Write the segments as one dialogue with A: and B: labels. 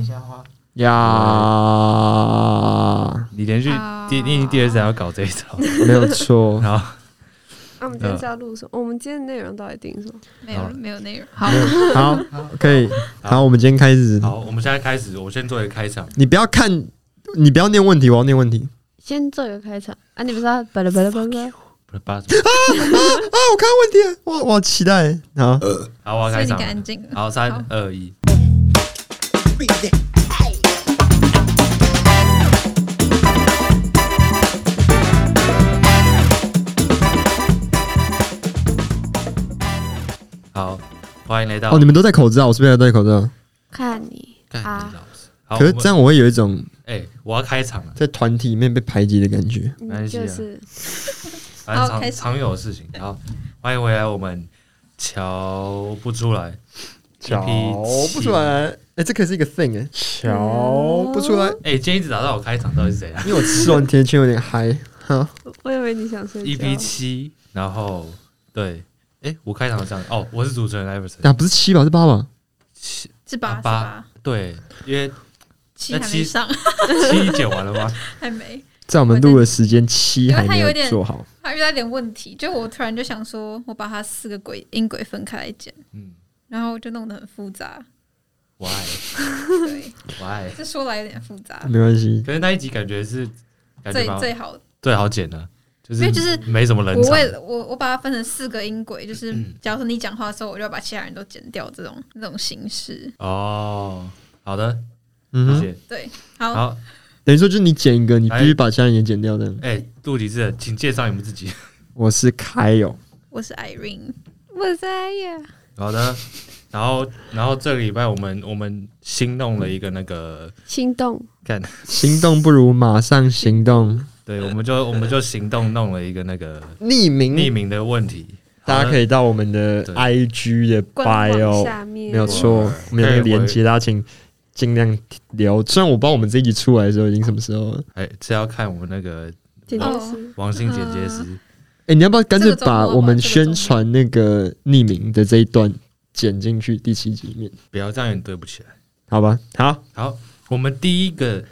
A: 一下话。
B: 呀，
C: 你连续
D: 啊
C: 第你已经第二次还要搞这一 招，
B: 没有错，
C: 然后
E: 那啊我们
C: 嗯
E: 今天是要录什么？我们今天的内容到底定什么？
D: 没有
C: 好
D: 没有内容。好，
B: 好，可以，好，我们今天开始，
C: 好，我们现在开始，我先做一个开场。
B: 你不要看，你不要念问题，我要念问题。
E: 先做一个开场啊！你不是要巴拉巴拉巴拉？
C: 不是八
B: 啊，我看问题了，我我好期待。好，
C: 好，我要
D: 所以
C: 开
D: 你
C: 场
D: 该
C: 了。
D: 安静了。
C: 好，三
D: 好
C: 二一，好，欢迎来到
B: 哦，你们都戴口罩，我是不是要戴口罩？
E: 看你
C: 干
E: 啊
C: 你老师好，
B: 可是
C: 我们
B: 这样我会有一种
C: 哎，我要开场了，
B: 在团体里面被排挤的感觉。
C: 没关
E: 你
C: 系啊
E: 就是
C: 反正
D: 好
C: 常
D: 哦开始
C: 常有的事情。好，欢迎回来，我们瞧不出来，E
B: 瞧不出
C: EP7。
B: 来，哎、这可以是一个 thing 哎、瞧不出来，
C: 哎，今天一直打到我开场，到底是谁啊
B: 因为我吃完甜圈有点嗨。哈，
E: 我以为你想睡觉。
C: ？EP E 七，然后对，哎，我开场是这样哦，我是主持人 Iverson，
B: 啊，不是七吧，是八吧？
C: 七
D: 是八
C: 啊
D: 是
C: 八
D: 八，
C: 对，因为
D: 七
C: 那
D: 还
C: 七
D: 没上，
C: 七剪完了吗？
D: 还没。
B: 在我们录的时间，七还没
D: 因为它有点
B: 做好。
D: 他遇到一点问题，就我突然就想说，我把它四个轨音轨分开来剪，
C: 嗯
D: 然后就弄得很复杂。
C: ，Why
D: 对，
C: Why？
D: 这说来有点复
C: 嗯
D: 杂，
B: 没关系，
C: 可是那一集感觉是感觉
D: 最
C: 蛮好
D: 最好
C: 最好剪的，就是
D: 因为就是
C: 没什么人
D: 我
C: 场
D: 为。了我我把它分成四个音轨，就是
C: 嗯
D: 假如说你讲话的时候，我就要把其他人都剪掉，这种这种形式。
C: 哦，好的，
B: 嗯
C: 谢
B: 哼，
C: 谢。
D: 对，好，
C: 好，
B: 等于说就是你剪一个，你必须把其他人也剪掉的。
C: 哎，杜迪志，请介绍你们自己。
B: 我是开友，
D: 我是 Irene，
E: 我在呀，
C: 好的，然后然后这个礼拜我们我们新弄了一个那个，
E: 心动
C: 看，
B: 行动不如马上行动，
C: 对，我们就我们就行动弄了一个那个
B: 匿名，
C: 匿名的问题，
B: 大家可
C: 以
B: 以到我们的
C: 对
B: IG 的
E: 官网
B: bio，
E: 下面
B: 没有错，我们有那个连接，大家请尽量留。虽然我不知道我们这一集出来的时候已经什么时候了。
C: 哎，这要看我们那个
E: 简直是
C: 王鑫剪接师，
B: 哎、你要不要干脆
D: 这个周末
B: 把
D: 吧
B: 我们宣传那个匿名的这一段剪进去第七集里面？
C: 不要这样，有点对不起来。
B: 好吧，好，
C: 好，我们第一个。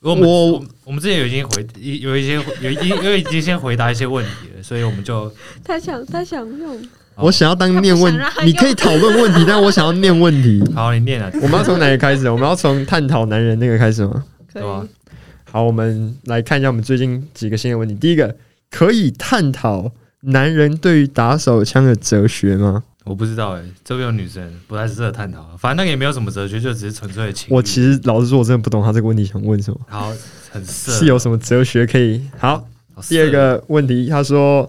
C: 我们
B: 我
C: 我我们之前有已经回有一些有已经有已经先回答一些问题了，所以我们就
E: 他想他想用
C: 好
B: 我想要当念问
D: 他不想让，他
B: 你可以讨论问题，但我想要念问题。
C: 好你念了啊
B: 我们要从哪个开始？我们要从探讨男人那个开始吗？
E: 可
C: 对啊吧
E: 以？
B: 好，我们来看一下我们最近几个新的问题。第一个，可以探讨男人对于打手枪的哲学吗？
C: 我不知道哎、这边有女生不太适合探讨，啊反正那个也没有什么哲学，就只是纯粹的情欲。
B: 我其实老实说，我真的不懂他这个问题想问什么，
C: 好很色，
B: 是有什么哲学可以？好，
C: 好色
B: 第二个问题，他说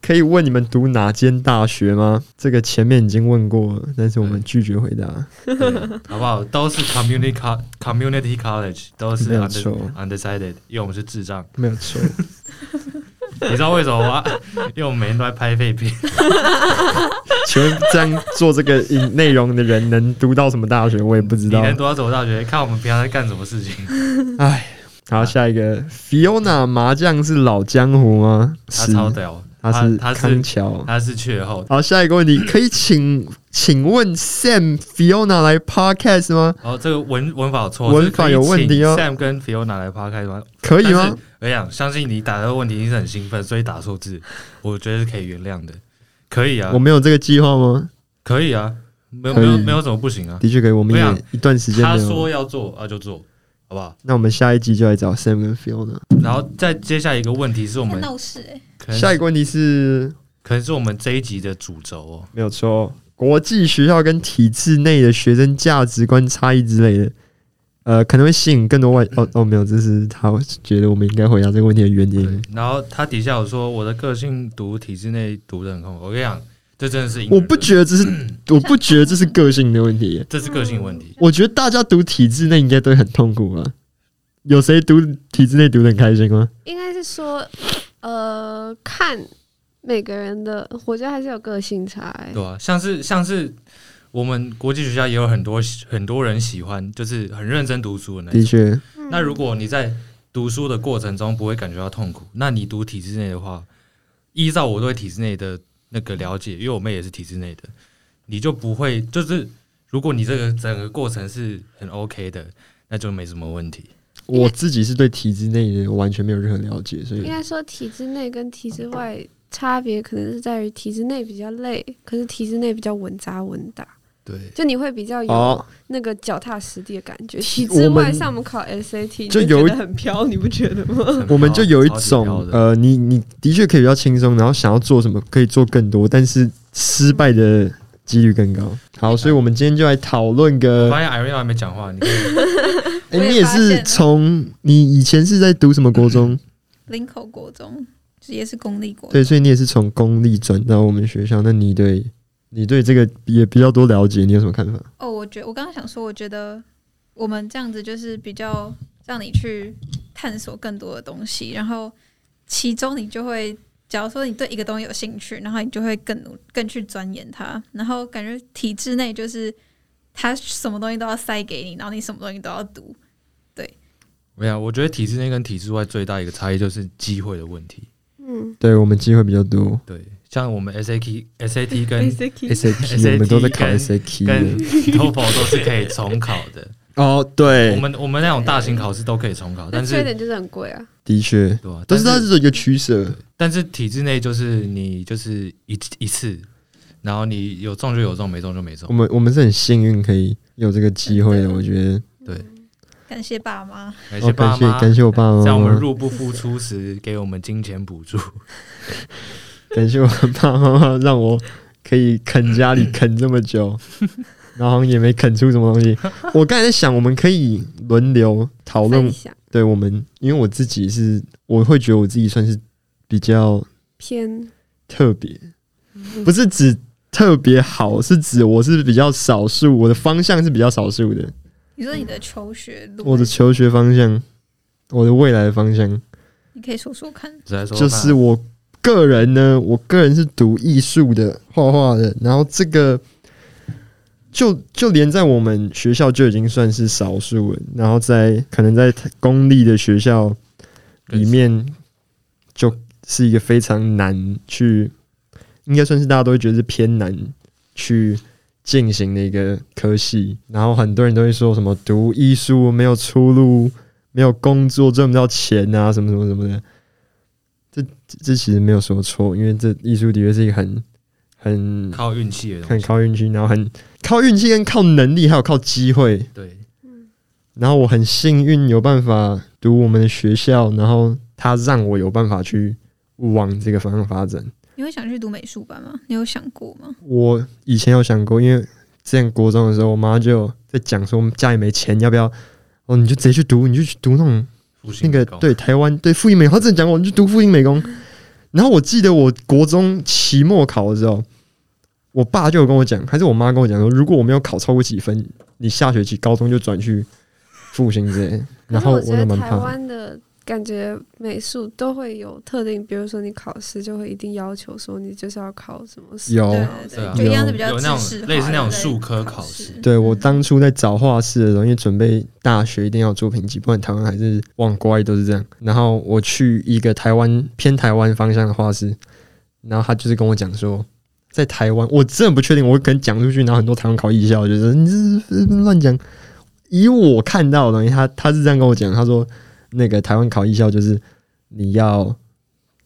B: 可以问你们读哪间大学吗？这个前面已经问过了，但是我们拒绝回答。
C: 对好不好？都是 community co- community college，都是
B: 没有
C: under
B: 错
C: undecided，因为我们是智障。
B: 没有错，
C: 你知道为什么吗？ 因为我们每天都在拍废 片。
B: 请问这样做这个影内容的人能读到什么大学？我也不知
C: 你
B: 道。
C: 能读到什么大学？看我们平常在干什么事情。
B: 唉，好，下一个，Fiona 麻将是老江湖吗？
C: 他
B: 是
C: 超屌，
B: 他是
C: 他
B: 康
C: 是
B: 桥。
C: 他是雀后。
B: 好，下一个问题，可以请请问 Sam Fiona 来 podcast 吗？
C: 哦，这个文文法有错，
B: 文法有问题哦哎
C: 就是可以请 Sam 跟 Fiona 来趴开吗？
B: 可
C: 可
B: 以吗？？
C: 我想相信你打这个问题一定是很兴奋，所以打错字，我觉得是可以原谅的。可以啊
B: 我，们有这个计划吗？
C: 可以啊，没有
B: 可
C: 没
B: 以
C: 有没有什么不行啊。
B: 的确可以，我们
C: 我想
B: 也一段时间
C: 他
B: 没
C: 说
B: 有。
C: 要做啊就做，好不好？
B: 那我们下一集就来找 Sam 跟 Fiona。
C: 然后再接下来一个问题是我
D: 很
C: 们
D: 闹事哎、
C: 可能
B: 下一个问题是
C: 可能是我们这一集的主轴哦。
B: 没有错，国际学校跟体制内的学生价值观差异之类的，呃，可能会吸引更多外哦哦，没有，这是他觉得我们应该回答这个问题的原
C: 对
B: 因。，
C: 然后他底下有说我的个性读体制内读的很痛苦，我跟你讲，这真的是因人
B: 我不
C: 而异
B: 觉得这是，我不觉得这是个性的问题耶，
C: 这是个性问题。
B: 我觉得大家读体制内应该都很痛苦吧？有谁读体制内读的很开心吗？
E: 应该是说呃，看每个人的，我觉得还是有个性差欸。
C: 对啊，像是像是我们国际学校也有很多很多人喜欢，就是很认真读书的那
B: 的
C: 种。
B: 确，
C: 那如果你在读书的过程中不会感觉到痛苦，那你读体制内的话，依照我对体制内的那个了解，因为我妹也是体制内的，你就不会就是如果你这个整个过程是很 OK 的，那就没什么问题。
B: 我自己是对体制内的完全没有任何了解，所以
E: 应该说体制内跟体制外差别可能是在于体制内比较累，可是体制内比较稳扎稳打，
C: 对，
E: 就你会比较有
B: 哦
E: 那个脚踏实地的感 觉。
B: 体
E: 体制
B: 我
E: 外
B: 们
E: 像我们考 SAT，
B: 就
E: 你觉
B: 有一
E: 得很飘，你不觉得 吗？
B: 我们就有一种
C: 呃，
B: 呃，你你的确可以比较轻松，然后想要做什么可以做更多，但是失败的几率更高。好，所以我们今天就来讨论个
C: 我，发现 Irene 还没讲话，你可以
B: 诶
D: 我也
B: 你也
D: 发现
B: 是
D: 了
B: 从你以前是在读什么国中？
D: 林口国中就是也是公立国中，
B: 对，所以你也是从公立转到我们学校，那你对你对这个也比较多了解，你有什么看法？
D: 哦，我觉我刚刚想说，我觉得我们这样子就是比较让你去探索更多的东西，然后其中你就会，假如说你对一个东西有兴趣，然后你就会更努更去钻研它，然后感觉体制内就是它什么东西都要塞给你，然后你什么东西都要读，
C: 没有，我觉得体制内跟体制外最大一个差异就是机会的问题。
E: 嗯
B: 对我们机会比较多
C: 对，像我们 SAT、SAT 跟
E: ，SAT
B: ，SAT 我们都在考
C: 跟
B: SAT
C: 跟
B: 的
C: TOEFL 都是可以重考的。
B: 哦，
C: 我
B: 对，
C: 们我们那种大型考试都可以重考，
E: 那
C: 但
E: 缺
C: 是
E: 点就是很贵啊。
B: 的确，
C: 对啊，
B: 但
C: 但
B: 是它是有一个取舍，
C: 但是体制内就是你就是一一次，然后你有中就有中，没中就没
B: 我
C: 中。
B: 们我们是很幸运可以有这个机会的，我觉得。
C: 对，
D: 感谢爸妈，
C: 感
B: 哦，
C: 谢
B: 感
C: 爸
B: 谢
C: 妈，
B: 感谢我爸妈，
C: 在我们入不敷出时给我们金钱补助。
B: 感谢我爸妈妈让我可以啃家里啃这么久，然后好像也没啃出什么东西。我刚才在想，我们可以轮流讨
E: 分
B: 论，
E: 享
B: 对我们，因为我自己是，我会觉得我自己算是比较
E: 偏
B: 特别，不是指特别好，是指我是比较少数，我的方向是比较少数的，
D: 你说你的求学路，
B: 我的求学方向，我的未来的方向。
D: 你可以说说看，
C: 只来说
B: 就是我个人呢，我个人是读艺术的、画画的，然后这个就就连在我们学校就已经算是少数了，然后在可能在公立的学校里面，就是一个非常难去，应该算是大家都会觉得是偏难去。进行的一个科系，然后很多人都会说什么读艺术没有出路，没有工作赚不到钱啊，什么什么什么的。这其实没有说错，因为这艺术的确是一个很很
C: 靠运气的东
B: 很
C: 西。
B: 靠运气，然后很靠运气跟靠能力，还有靠机会。
C: 对，
B: 然后我很幸运有办法读我们的学校，然后他让我有办法去往这个方向发展。
D: 你会想去读美术班吗？你有想过吗？
B: 我以前有想过，因为之前国中的时候，我妈就在讲说，我们家里没钱，要不要？哦，你就直接去读，你就去读那种
C: 复兴
B: 那个
C: 高
B: 对台湾对复印美工，他之前讲过，你去读复印美工。然后我记得我国中期末考的时候，我爸就有跟我讲，还是我妈跟我讲说，如果我没有考超过几分，你下学期高中就转去复兴之类的。
E: 可
B: 然
E: 是
B: 后
E: 我
B: 我
E: 觉得
B: 就蛮
E: 台
B: 怕，
E: 湾的感觉，美术都会有特定，比如说你考试就会一定要求说你就是要考什么试。
B: 有
D: 对
C: 对啊
D: 对对，就一样是比较
C: 有那种
D: 知识化
C: 类似那种
D: 的类
C: 术科考试
D: 试。
B: 对我当初在找画室的时候，因为准备大学一定要有作品集，不管台湾还是往国外都是这样。然后我去一个台湾偏台湾方向的画室，然后他就是跟我讲说，在台湾，我真的不确定，我可能讲出去，然后很多台湾考艺校就说你这是乱讲。以我看到的东西，他他是这样跟我讲，他说那个台湾考艺校就是你要，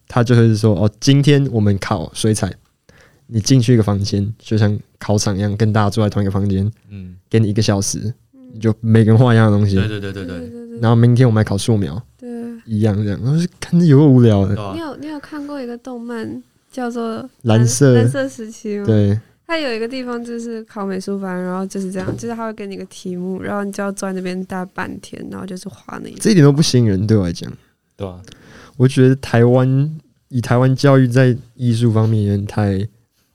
B: 他就会说哦，今天我们考水彩。你进去一个房间，就像考场一样，跟大家坐在同一个房间，
C: 嗯，
B: 给你一个小时，
D: 嗯
B: 你就每个人画一样的东西
C: 对，对对对
E: 对
C: 对，
E: 对
B: 然后明天我们来考素描，
E: 对。
B: 一样这样，我是看着有够无聊的。
D: 嗯
C: 对啊
E: 你有你有看过一个动漫叫做《
B: 蓝色
E: 蓝色时期》吗？
B: 对，
E: 它有一个地方就是考美术班，然后就是这样，就是他会给你一个题目，然后你就要坐在那边待半天，然后就是画那一
B: 这一点都不吸引人，对我来讲，
C: 对啊，
B: 我觉得台湾以台湾教育在艺术方面有点太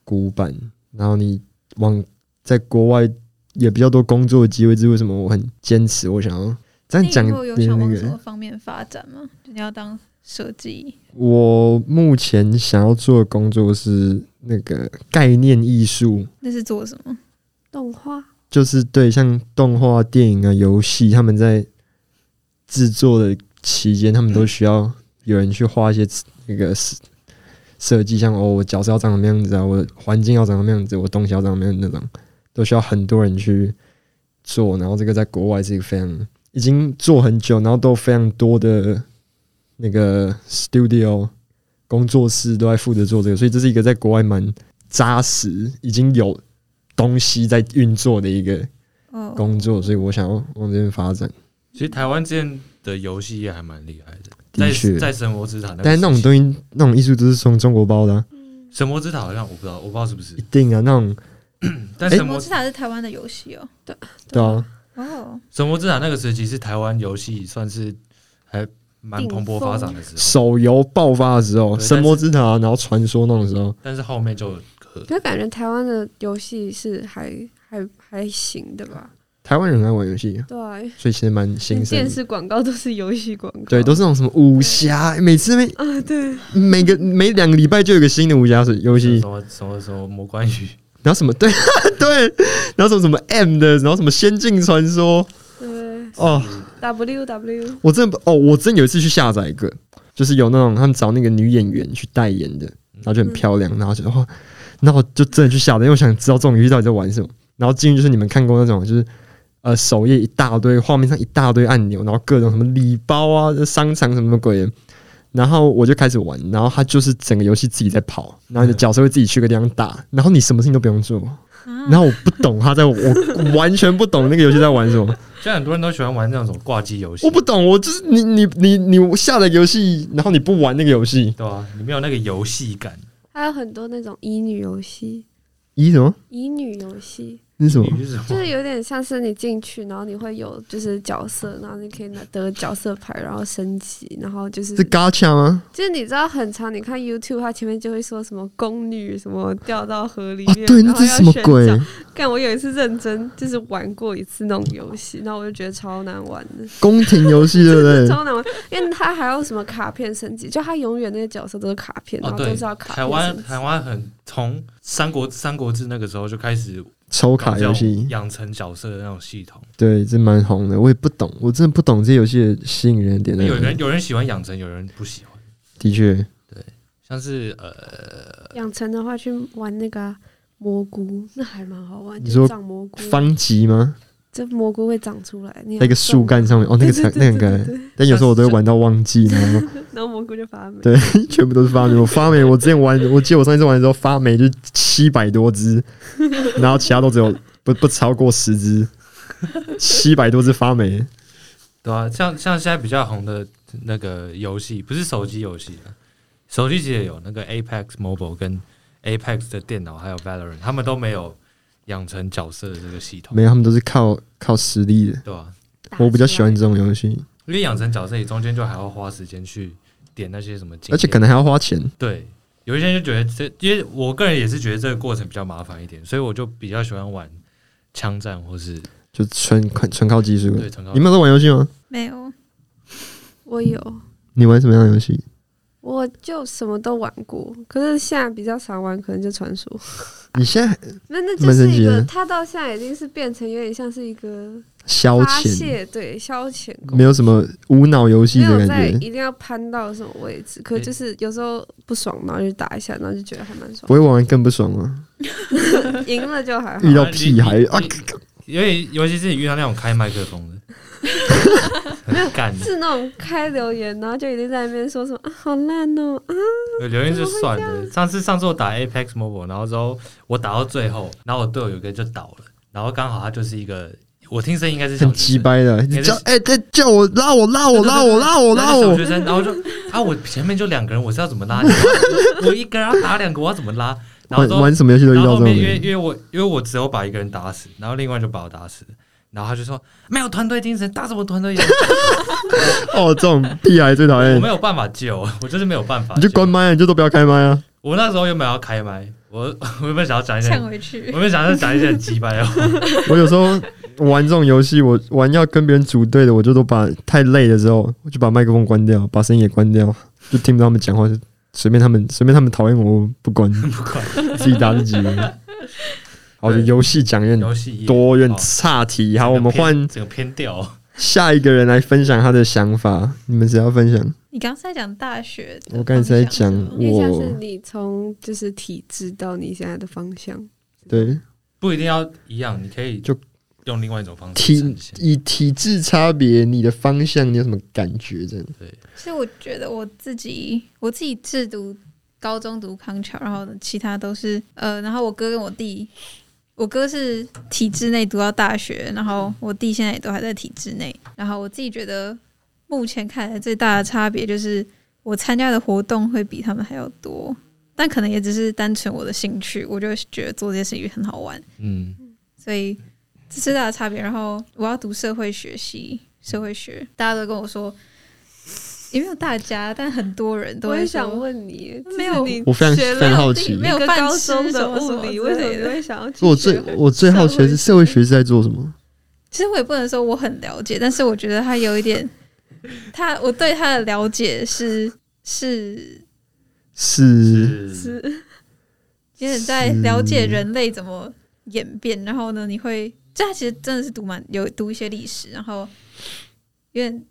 B: 古板，然后你往在国外也比较多工作的机会，这是为什么我很坚持，我想要这样
D: 那你
B: 讲
D: 以后有
B: 别人
D: 想
B: 那
D: 往
B: 个
D: 什么方面发展吗？就你要当设计，
B: 我目前想要做的工作是那个概念艺术，
D: 那是做什么？
E: 动画。
B: 就是对像动画、电影啊、游戏，他们在制作的期间，他们都需要有人去画一些那个设设计，像哦，我角色要长什么样子啊，我的环境要长什么样子，我东西要长什么样子那种。都需要很多人去做，然后这个在国外是一个非常已经做很久，然后都有非常多的那个 studio 工作室都在负责做这个，所以这是一个在国外蛮扎实，已经有东西在运作的一个
D: 哦，
B: 工作，所以我想要往这边发展。
C: 其实台湾之前的游戏业还蛮厉害的，
B: 的确
C: 在在神魔之塔那个时期，
B: 但是那种东西，那种艺术都是从中国包的啊、
C: 神魔之塔好像我不知道，我不知道是不是
B: 一，定啊，那种
C: 但
B: 诶
C: 神
D: 神魔
C: 魔
D: 之塔是台湾的游戏哦，
B: 对啊，
D: 哦，
C: 神魔之塔那个时期是台湾游戏算是还蛮蓬勃发展的时候，
B: 手游爆发的时候，
C: 对
B: 神魔之塔，然后传说那种时候，
C: 但是后面就可
E: 就感觉台湾的游戏是还 还还行的吧？
B: 台湾人很爱玩游戏，
E: 对啊，
B: 所以其实蛮新生
E: 电
B: 的。
E: 视广告都是游戏广告，
B: 对，都是那种什么武侠，每次每
E: 啊，对，
B: 每个每两个礼拜就有个新的武侠游戏
C: 什，么什么什么魔关羽，
B: 然后什么对 对，然后什么什么 M 的，然后什么仙境传说，
E: 对
B: 哦，
E: ，W W，
B: 我真的不哦，我真有一次去下载一个，就是有那种他们找那个女演员去代言的，然后就很漂亮，然后就哇，然后我就真的去下载，因为我想知道这种游戏到底在玩什么。然后进去就是你们看过那种，就是呃首页一大堆，画面上一大堆按钮，然后各种什么礼包啊、商场什么什么鬼的。然后我就开始玩，然后它就是整个游戏自己在跑，然后你的角色会自己去个地方打，然后你什么事情都不用做。
D: 啊
B: 然后我不懂他在，我我完全不懂那个游戏在玩什么。
C: 现在很多人都喜欢玩那种挂机游戏，
B: 我不懂，我就是你你你你下了游戏，然后你不玩那个游戏，
C: 对啊，你没有那个游戏感，
E: 还有很多那种乙女游戏，
B: 咦什么？
E: 乙女游戏。
B: 那是什么？
C: 你是什
E: 就是
C: 么？
E: 有点像是你进去，然后你会有就是角色，然后你可以拿得角色牌，然后升级，然后就是
B: 是啊 Gacha 吗？
E: 就是你知道很长，你看 YouTube 它前面就会说什么宫女什么掉到河里
B: 哦，
E: 面，
B: 对，
E: 然
B: 那
E: 后
B: 这
E: 要
B: 是什么
E: 选
B: 鬼
E: 角？但我有一次认真就是玩过一次那种游戏，然后我就觉得超难玩的，
B: 宫廷游 戏对不对？
E: 超难玩，因为它还有什么卡片升级，就它永远那些角色都是卡片，
B: 啊
E: 然
C: 哦，
E: 后
C: 对
E: 都是要，卡
C: 台
E: 片
C: 湾
E: 升级
C: 台湾很从三国三国志那个时候就开始
B: 抽卡游戏，
C: 养成角色的那种系统，
B: 对，这蛮红的。我也不懂，我真的不懂这游戏的吸引人嗯的点在
C: 有
B: 哪
C: 人
B: 里。
C: 有人喜欢养成，有人不喜欢，
B: 的确，
C: 像是呃
E: 养成的话去玩那个啊、蘑菇，那还蛮好玩，
B: 你
E: 就
B: 说
E: 长蘑菇，
B: 方吉吗？
E: 这蘑菇会长出来，你要
B: 在一个树
E: 种
B: 干上面，哦，那个才那个很可爱。但有时候我都会玩到忘记，然后
E: 然后蘑菇就发霉。
B: 对，全部都是发霉。我发霉，我之前玩， 我记得我上一次玩的时候发霉就七百多只， 然后其他都只有不不超过十只，七百多只发霉。
C: 对啊，像像现在比较红的那个游戏，不是手机游戏啊，手机其实也有那个 Apex Mobile 跟 Apex 的电脑还有 Valorant，他们都没有养成角色的这个系统
B: 没，有，他们都是靠靠实力的。
C: 对吧、
B: 我比较喜欢这种游戏，
C: 因为养成角色，你中间就还要花时间去点那些什么经验，
B: 而且可能还要花钱。
C: 对有一些人就觉得这，因为我个人也是觉得这个过程比较麻烦一点，所以我就比较喜欢玩枪战或是
B: 就纯纯靠技术。
C: 对成高
B: 嗯你。们有在玩游戏吗？
D: 没有，
E: 我有，
B: 你玩什么样的游戏？
E: 我就什么都玩过，可是现在比较常玩，可能就传说。
B: 你现在
E: 那那就
B: 蛮
E: 是
B: 神奇
E: 一个
B: 的，
E: 它到现在已经是变成有点像是一个
B: 消
E: 发
B: 遣，
E: 泄，对消遣功
B: 没有什么无脑游戏
E: 没
B: 的
E: 有在
B: 感
E: 一
B: 觉。
E: 定要攀到什么位置，可就是有时候不爽，然后就打一下，然后就觉得还蛮
B: 不
E: 爽，
B: 会玩完更不爽吗？
E: 赢了就 还好
B: 遇。到屁孩啊！
C: 因为尤其是你遇到那种开麦克风的，很干。
E: 是那种开留言，然后就一定在那边说什么啊好烂哦、啊
C: 呃留言就算了。上次上次我打 Apex Mobile，然后之后我打到最后，然后我队友有一个就倒了，然后刚好他就是一个，我听声音应该是小
B: 很
C: 学
B: 鸡
C: 生，
B: 掰的，
C: 也
B: 你
C: 是
B: 叫哎，在叫我拉我拉哦我拉我拉我
C: 然
B: 拉
C: 后小
B: 我
C: 学，生，然后就啊，我前面就两个人，我是要怎么 拉你？我我一个人要打两个，我要怎么拉？然后
B: 玩
C: 之后
B: 玩什么游戏都遇
C: 然后
B: 到
C: 后
B: 这种
C: 面因为
B: 人。
C: 因为我因为我只有把一个人打死，然后另外就把我打死，然后他就说没有团队精神，打什么 团队精神？
B: 哦，这种屁孩最讨
C: 我
B: 厌
C: 没。有办法救，我就是没有办
B: 哎
C: 法。
B: 你就关。麦啊，你就都不要开麦 啊！
C: 我那时候原本要开麦，我 我原本想要讲一点
D: 呛回 去
C: 我，们想要讲一些很鸡掰的哦话，
B: 我有时候玩这种游戏，我玩要跟别人组队的，我就都把太累的时候，我就把麦克风关掉，把声音也关掉，就听不到他们讲话，就随便他们随便他们讨厌我，我不管，
C: 不管
B: 自己打自己。 好，
C: 对
B: 游戏讲有点
C: 游戏业
B: 多，有点
C: 哦
B: 岔题。好，
C: 整个
B: 我们
C: 偏
B: 换
C: 整个偏掉哦。
B: 下一个人来分享他的想法。你们谁要分享？
D: 你刚才在讲大学的方向是吗，
B: 我刚才在讲
E: 因为像是
B: 我
E: 你从就是体制到你现在的方向，
B: 对
C: 不一定要一样，你可以
B: 就
C: 用另外一种方式
B: 体
C: 呈现。
B: 以体质差别，你的方向你有什么感觉？这样
D: 其实我觉得我自己，我自己是读高中读康桥，然后其他都是呃，然后我哥跟我弟，我哥是体制内读到大学，然后我弟现在也都还在体制内。然后我自己觉得，目前看来最大的差别就是我参加的活动会比他们还要多，但可能也只是单纯我的兴趣，我就觉得做这件事情很好玩。
C: 嗯，
D: 所以这是最大的差别。然后我要读社会学系，社会学，大家都跟我说，也没有大家，但很多人都
E: 我也
D: 会
E: 想
D: 说，
E: 问你，
D: 没有
E: 就是你
B: 我非常
E: 学了
B: 非常好奇
E: 没有
D: 没有
E: 高
D: 饭
E: 中
D: 吃
E: 的
D: 什么
E: 物理，
D: 什么
E: 为
D: 之
E: 什么
D: 类
E: 你
D: 的
E: 会想要去学？
B: 我最我最好奇的是社会学是在做什么？
D: 其实我也不能说我很了解，但是我觉得他有一点，他我对他的了解是是
B: 是
C: 是
D: 有点在了解人类怎么演变。然后呢，你会，这他其实真的是读蛮有读一些历史，然后有点。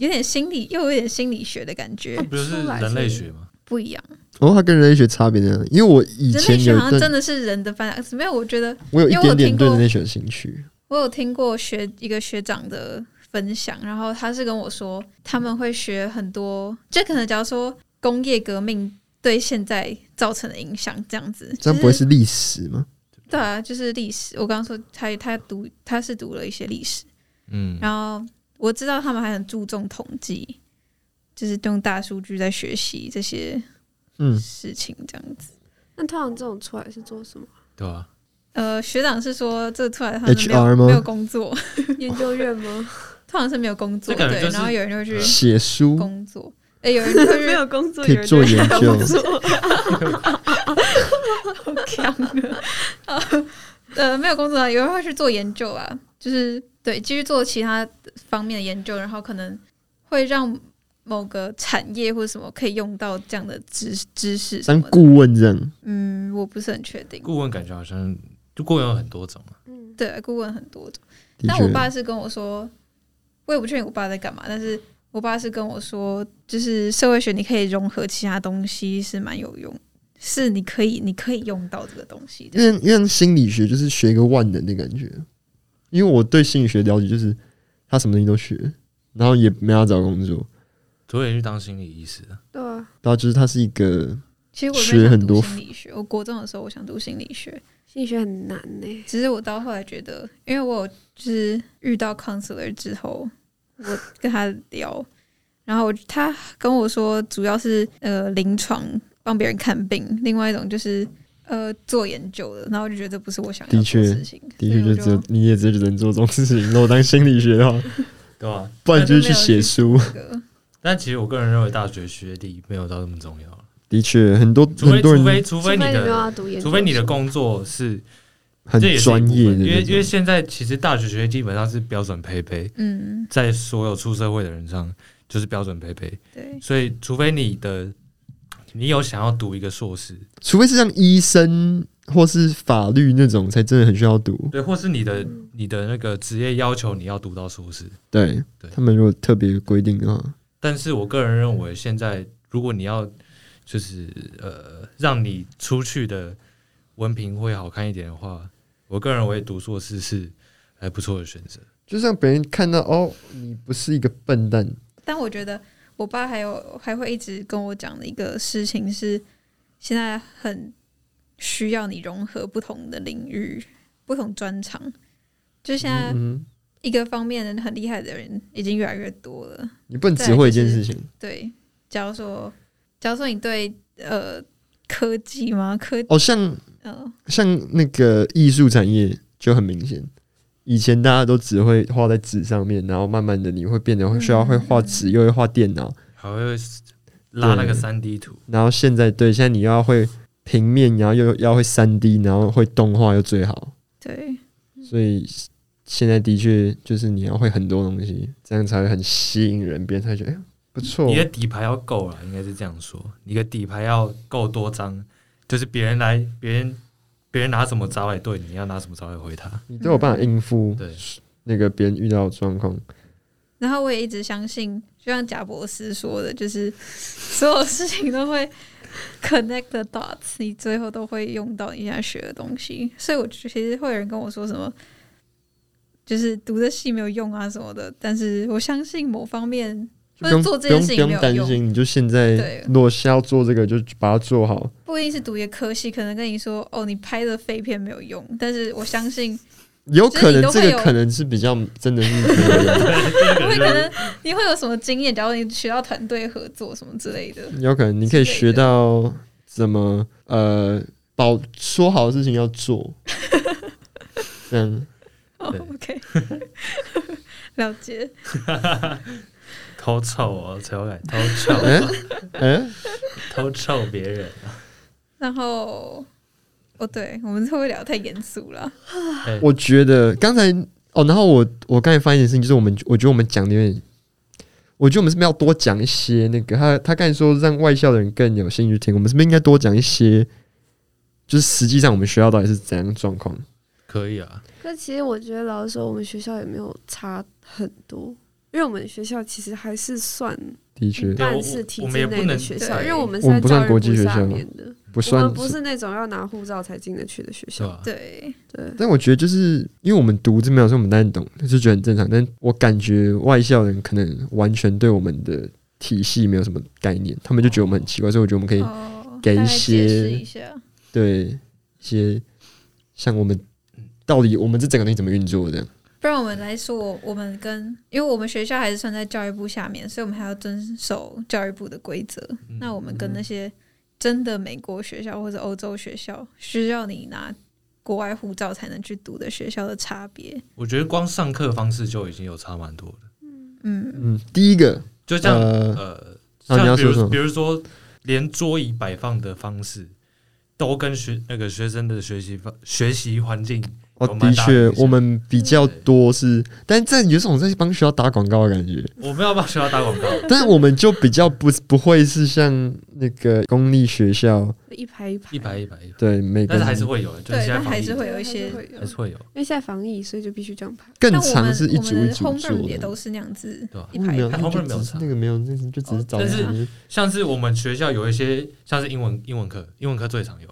D: 有点心理，又有点心理学的感觉
C: 那，不就是人类学吗？
D: 不一样。
B: 哦，它跟人类学差别在哪里？因为我以
D: 人类
B: 前
D: 学
B: 有
D: 好
B: 一段
D: 像真，的是人的翻，没有，我觉得
B: 我有一
D: 因为我
B: 点点
D: 听
B: 对
D: 过
B: 人类学的兴趣。
D: 我有听过学一个学长的分享，然后他是跟我说他们会学很多，就可能假如说工业革命对现在造成的影响这样子，
B: 这样
D: 就
B: 不会是历史吗？
D: 对啊，就是历史。我刚刚说他他读他是读了一些历史，
C: 嗯，
D: 然后我知道他们还很注重统计，就是用大数据在学习这些
B: 嗯，
D: 事情这样子。
E: 那通常这种出来是做什么？
C: 对啊吧？
D: 呃，学长是说这突然他们没有
B: HR 吗
D: 没有工作，
E: 研究院 吗？
D: 通常是没有工作，
C: 这感觉就
D: 对，
C: 是
D: 然后有人就会去
B: 写书
D: 工作，哎、有人就会去
E: 没有工作，
B: 可以做研究，
D: 好强的，呃，没有工作啊，有人会去做研究啊，就是对，继续做其他方面的研究，然后可能会让某个产业或者什么可以用到这样的知知识什
B: 当
D: 么的。
B: 顾问这样。
D: 嗯，我不是很确定。
C: 顾问感觉好像就顾问有很多种啊，
E: 嗯，
D: 对，顾问很多种，
B: 的
D: 但我
B: 确，
D: 爸是跟我说，我也不确定我爸在干嘛，但是我爸是跟我说，就是社会学你可以融合其他东西是蛮有用，是你可以你可以用到这个东西的。
B: 因为因为心理学就是学一个万能的感觉。因为我对心理学了解就是他什么东西都学，然后也没法找工作，
C: 所以去当心理医师啊。
E: 对啊，
B: 然后就是他是一个
D: 其实我
B: 学
D: 没有想
B: 很多
D: 读心理学，我国中的时候我想读心理学，
E: 心理学很难呢、
D: 只是我到后来觉得，因为我有就是遇到 counselor 之后，我跟他聊，然后我他跟我说，主要是呃临床帮别人看病，另外一种就是呃做研究的，然后我就觉得这不是我想要做
B: 的确
D: 事情，
B: 的确
D: 所以
B: 就
D: 我
B: 只有你也只只能做这种事情。如果当心理学的话，
C: 对吧？
B: 不然就是去写书。
D: 这个
C: 但其实我个人认为大学学历没有到那么重要，
B: 的确，很多
C: 除非
B: 很多
C: 除非
B: 人
C: 除
E: 除
C: 非你
E: 你没有
C: 的
E: 要读研究所，
C: 除非你的工作是
B: 很
C: 这也是一
B: 专业的
C: 部分因为
B: 那
C: 因为
B: 种，
C: 现在其实大学学历基本上是标准配备，
D: 嗯
C: 在所有出社会的人上就是标准配备，
D: 对，
C: 所以除非你的你有想要读一个硕士，
B: 除非是像医生或是法律那种，才真的很需要读。
C: 对，或是你的你的那个职业要求你要读到硕士，
B: 对
C: 对
B: 他们如果特别规定的话，
C: 但是我个人认为现在如果你要就是呃让你出去的文凭会好看一点的话，我个人认为读硕士是还不错的选择。
B: 就让别人看到哦，你不是一个笨蛋。
D: 但我觉得我爸还有还会一直跟我讲的一个事情是，现在很需要你融合不同的领域、不同专长。就现在
B: 嗯，
D: 一个方面很厉害的人已经越来越多了。
B: 你不能只会一件事情。
D: 对，假如说，假如说你对呃科技吗？科
B: 哦，像
D: 呃
B: 像那个艺术产业就很明显，以前大家都只会画在纸上面，然后慢慢的你会变得会需要会画纸，又会画电脑，
C: 还会拉那
B: 对
C: 个三 D 图，
B: 然后现在对，现在你又要会平面，然后又要会三 D，然后会动画又最好，
D: 对，
B: 所以现在的确就是你要会很多东西，这样才会很吸引人，别人才会觉得哎、不错
C: 你。的底牌要够了，应该是这样说，你的底牌要够多张，就是别人来，别人别人拿什么招来对你，你要拿什么招来回他。
B: 你都有办法应付
C: 对，
B: 那个别人遇到的状况，
D: 然 后我也一直相信，就像贾博士说的，就是所有事情都会 connect the dots，你最后都会用到你现在学的东西。所以我其实会有人跟我说什么，就是读的戏没有用啊什么的，但是我相信某方面
B: 就不用
D: 或者做
B: 不
D: 这件
B: 用
D: 事
B: 不
D: 情
B: 用
D: 没有
B: 担
D: 用
B: 心，你就现在
D: 对
B: 如果是要做这个，就把它做好。
D: 不一定是读一个科系，可能跟你说哦，你拍的废片没有用，但是我相信
B: 有可能这
D: 就是你都会
B: 个
D: 有
B: 可能是比较真的是没有用
D: 你 会可能你会有什么经验，假如你学到团队合作什么之类的。
B: 有可能你可以
D: 之类的
B: 学到怎么呃保说好的事情要 做，这样
D: 哦
C: 对
D: OK，了解。
C: 偷臭哦，才敢偷臭，
B: 嗯嗯
C: 偷臭别人。
D: 然后哦，对，我们会不会聊得太严肃了？
B: 啊
C: 哎
B: 我觉得刚才哦，然后我我刚才发现一件事情，就是我们我觉得我们讲的有点。我觉得我们是不是要多讲一些那个？他他刚才说让外校的人更有兴趣听，我们是不是应该多讲一些？就是实际上我们学校到底是怎样的状况？
C: 可以啊，
E: 可其实我觉得，老实说，我们学校也没有差很多，因为我们学校其实还是算
B: 的
E: 一
B: 确
C: 对我
E: 半是体
C: 我们也
E: 制
C: 不
E: 内的
C: 能
E: 学校，
D: 对
E: 因为我们是
B: 我
E: 在
B: 们不算
E: 教育
B: 国
E: 部
B: 际学
E: 下
B: 校
E: 面的，
B: 不
E: 我
B: 算
E: 们不是那种要拿护照才进得去的学
C: 是
E: 校。
C: 吧？
D: 对，
E: 对，
B: 但我觉得就是因为我们读这边的时候，我们当然懂，就觉得很正常。但我感觉外校人可能完全对我们的体系没有什么概念，他们就觉得我们很奇怪，所以我觉得我们可以
D: 哦，
B: 给一
D: 大概解
B: 些
D: 释一下。
B: 对一些像我们到底我们这整个东西怎么运作的，
D: 不然我们来说，我我们跟因为我们学校还是算在教育部下面，所以我们还要遵守教育部的规则。
C: 嗯
D: 那我们跟那些真的美国学校或者欧洲学校，需要你拿国外护照才能去读的学校的差别，
C: 我觉得光上课方式就已经有差蛮多了，
D: 嗯，
B: 嗯，第一个
C: 就像
B: 呃，
C: 呃，
B: 啊你要
C: 像比
B: 说
C: 如
B: 什么
C: 比如说，连桌椅摆放的方式都跟学那个学生的学习方学习环境
B: 哦
C: 有，蛮
B: 的
C: 大
B: 确
C: 影，响
B: 我们比较多是，但在有种在帮学校打广告的感觉，
C: 我们要帮学校打 广告，
B: 但我们就比较不不会是像那个公立学校，
E: 一排一排，
C: 一排一排一排，
B: 对每个
C: 但是
B: 人
C: 还是会有的，就是
D: 对，
C: 现在
D: 但
C: 防
D: 还
C: 疫
D: 是会
E: 对
D: 有一
E: 还是
D: 些。
E: 会有
C: 还是会有，
E: 因为现在防疫，所以就必须这样排。
B: 更
D: 但我
B: 长
D: 们
B: 是一
D: 我
B: 组
D: 们
B: 一
D: 的
B: 组
D: home
B: 做
D: room 也
B: 的。
D: 都是那样子
C: 对吧，
D: 一
B: 没
D: 排
B: 有，
D: 一
B: 那
D: 排
C: 嗯。后面
B: 就
C: 没
B: 只是
C: 有
B: 哦
C: 差
B: 那个没有，那就只是找
C: 但是
B: 人
C: 像是我们学校有一些像是英文英文课，英文课最常有，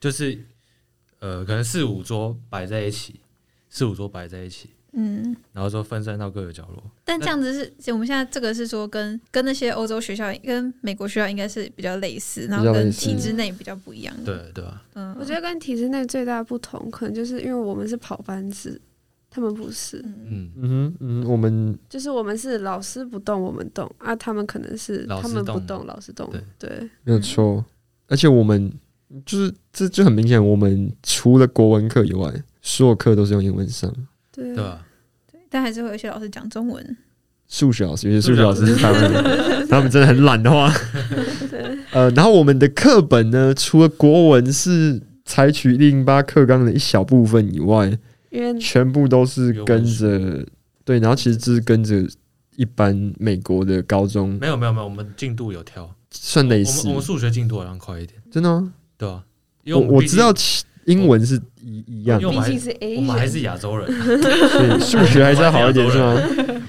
C: 就是呃，可能四五桌摆在一起，四五桌摆在一起，
D: 嗯，
C: 然后说分散到各个角落，
D: 但这样子是，我们现在这个是说跟跟那些欧洲学校、跟美国学校应该是比较类似，然后
B: 比较类
D: 跟
B: 似
D: 体制内比较不一样。，
C: 对对吧？
D: 嗯，
E: 我觉得跟体制内最大的不同，可能就是因为我们是跑班制，他们不是，
D: 嗯，
C: 嗯，
B: 嗯哼嗯，我们
E: 就是我们是老师不动我们动啊，他们可能是
C: 老师
E: 他们不
C: 动
E: 动老师动
C: 对，
E: 对，
B: 没有错，而且我们就是这就很明显，我们除了国文课以外，所有课都是用英文上。
E: 对
C: 对吧？
D: 但还是会有一些老师讲中文。
B: 数学老师，有些数学老师是台湾 人，他们真的很懒的话，呃，然后我们的课本呢，除了国文是采取一零八课纲的一小部分以外，
E: 因
C: 嗯
E: 为
B: 全部都是跟着对，然后其实就是跟着一般美国的高中
C: 没有没有没有，我们进度有跳，
B: 算
C: 我
B: 类
C: 们
B: 似
C: 我，们数学进度好像快一点，
B: 真的吗？
C: 对吧？因
B: 我
C: 为们
B: 我
C: 毕
B: 知
C: 竟
B: 道其英文是一一样
C: 因为，我
E: 毕
C: 们还
E: 竟是 A，
C: 我们还是亚洲人，
B: 所 以数学还是要好一点是吗？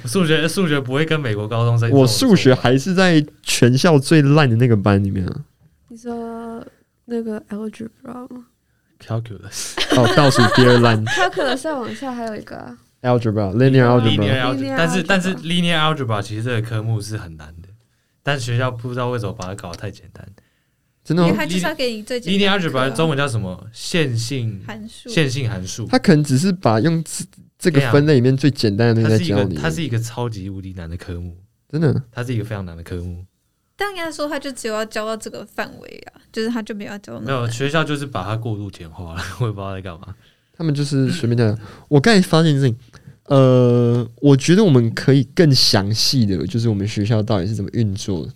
C: 数学数学不会跟美国高中生。
B: 我数学还是在全校最烂的那个班里面 啊，
E: 你说那个 algebra 吗
C: calculus
B: 哦，倒数第二 烂
E: ？calculus 再往下还有一个啊
B: algebra linear algebra，
C: linear algebra，
E: Linear
C: 但是
E: algebra
C: 但是 linear algebra 其实这个科目是很难的，但学校不知道为什么把它搞得太简单。
B: 真的哦
D: 因为
B: 吗？
D: 他就是要给你最简
C: linear
D: 单的课啊
C: algebra 中文叫什么？线性
D: 函数，
C: 线性函数，
B: 他可能只是把用这这个分类里面最简单的
C: 它
B: 东西
C: 是
B: 在
C: 一
B: 教
C: 个
B: 你，
C: 啊它是一个超级无敌难的科目，
B: 真的
C: 它是一个非常难的科目。
D: 但应该说他就只有要教到这个范围啊，就是他就没有要教到那
C: 没
D: 么
C: 有
D: 难
C: 学校就是把它过度简化了， 我也不知道在干嘛。
B: 他们就是随便讲讲。我刚才发现一件事情，呃，我觉得我们可以更详细的，就是我们学校到底是怎么运作的。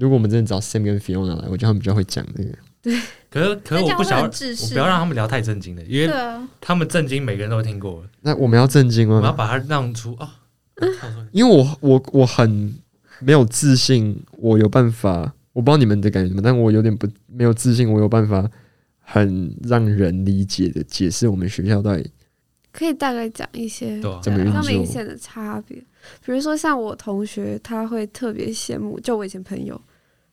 B: 如果我们真的找 Sam 跟 Fiona 来，我觉得他们比较会讲这个。
C: 可是可是我不想要，
D: 那这样会很自私啊
C: 我不要让他们聊太震惊的，因
D: 对
C: 为
D: 啊，
C: 他们震惊每个人都听过了，
B: 那我们要震惊
C: 我们要
B: 吗？
C: 把它让出啊。
D: 嗯
C: 哦
B: 因为我我我很没有自信，我有办法，我不知道你们的感觉怎么，但我有点不没有自信，我有办法很让人理解的解释我们学校到底
E: 可以大概讲一些
C: 对啊
B: 怎么运
E: 比较
B: 作
E: 明显的差别，比如说像我同学，他会特别羡慕，就我以前朋友，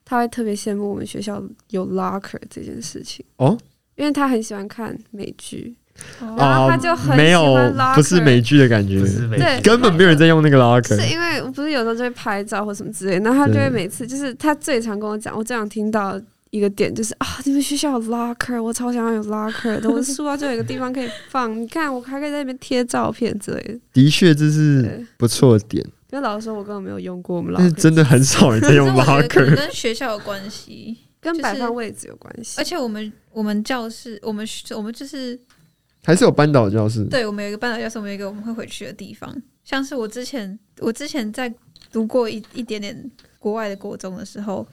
E: 他会特别羡慕我们学校有 locker 这件事情，
B: 哦
E: 因为他很喜欢看美剧，
D: 哦，
E: 然后
B: 啊
E: 他就很喜欢
B: 没有
E: locker
B: 不是美剧的感觉
C: 不，是每
E: 对
B: 根本没有人在用那个
E: 是
B: locker。
E: 因为不是有时候就会拍照或什么之类，然后他就会
B: 对
E: 每次就是他最常跟我讲，我最常听到一个点就是啊，你们学校有 locker，我超想要有 locker 的，我的书啊包就有一个地方可以放，你看我还可以在那边贴照片之类的。
B: 的确，这是
E: 对，
B: 不错的点，
E: 因为老实说，我根本没有用过我们 locker，
B: 但是真的很少人在
D: 可是
B: 用
D: 我觉得可
B: locker
D: 能。跟学校有关系，
E: 跟摆
D: 就是
E: 放位置有关系
D: 而。且我们我们教室，我们我们就是
B: 还是有扳倒教室，
D: 对我们有一个半岛教室，我们有一个我们会回去的地方。像是我之前，我之前在读过一一点点国外的国中的时候，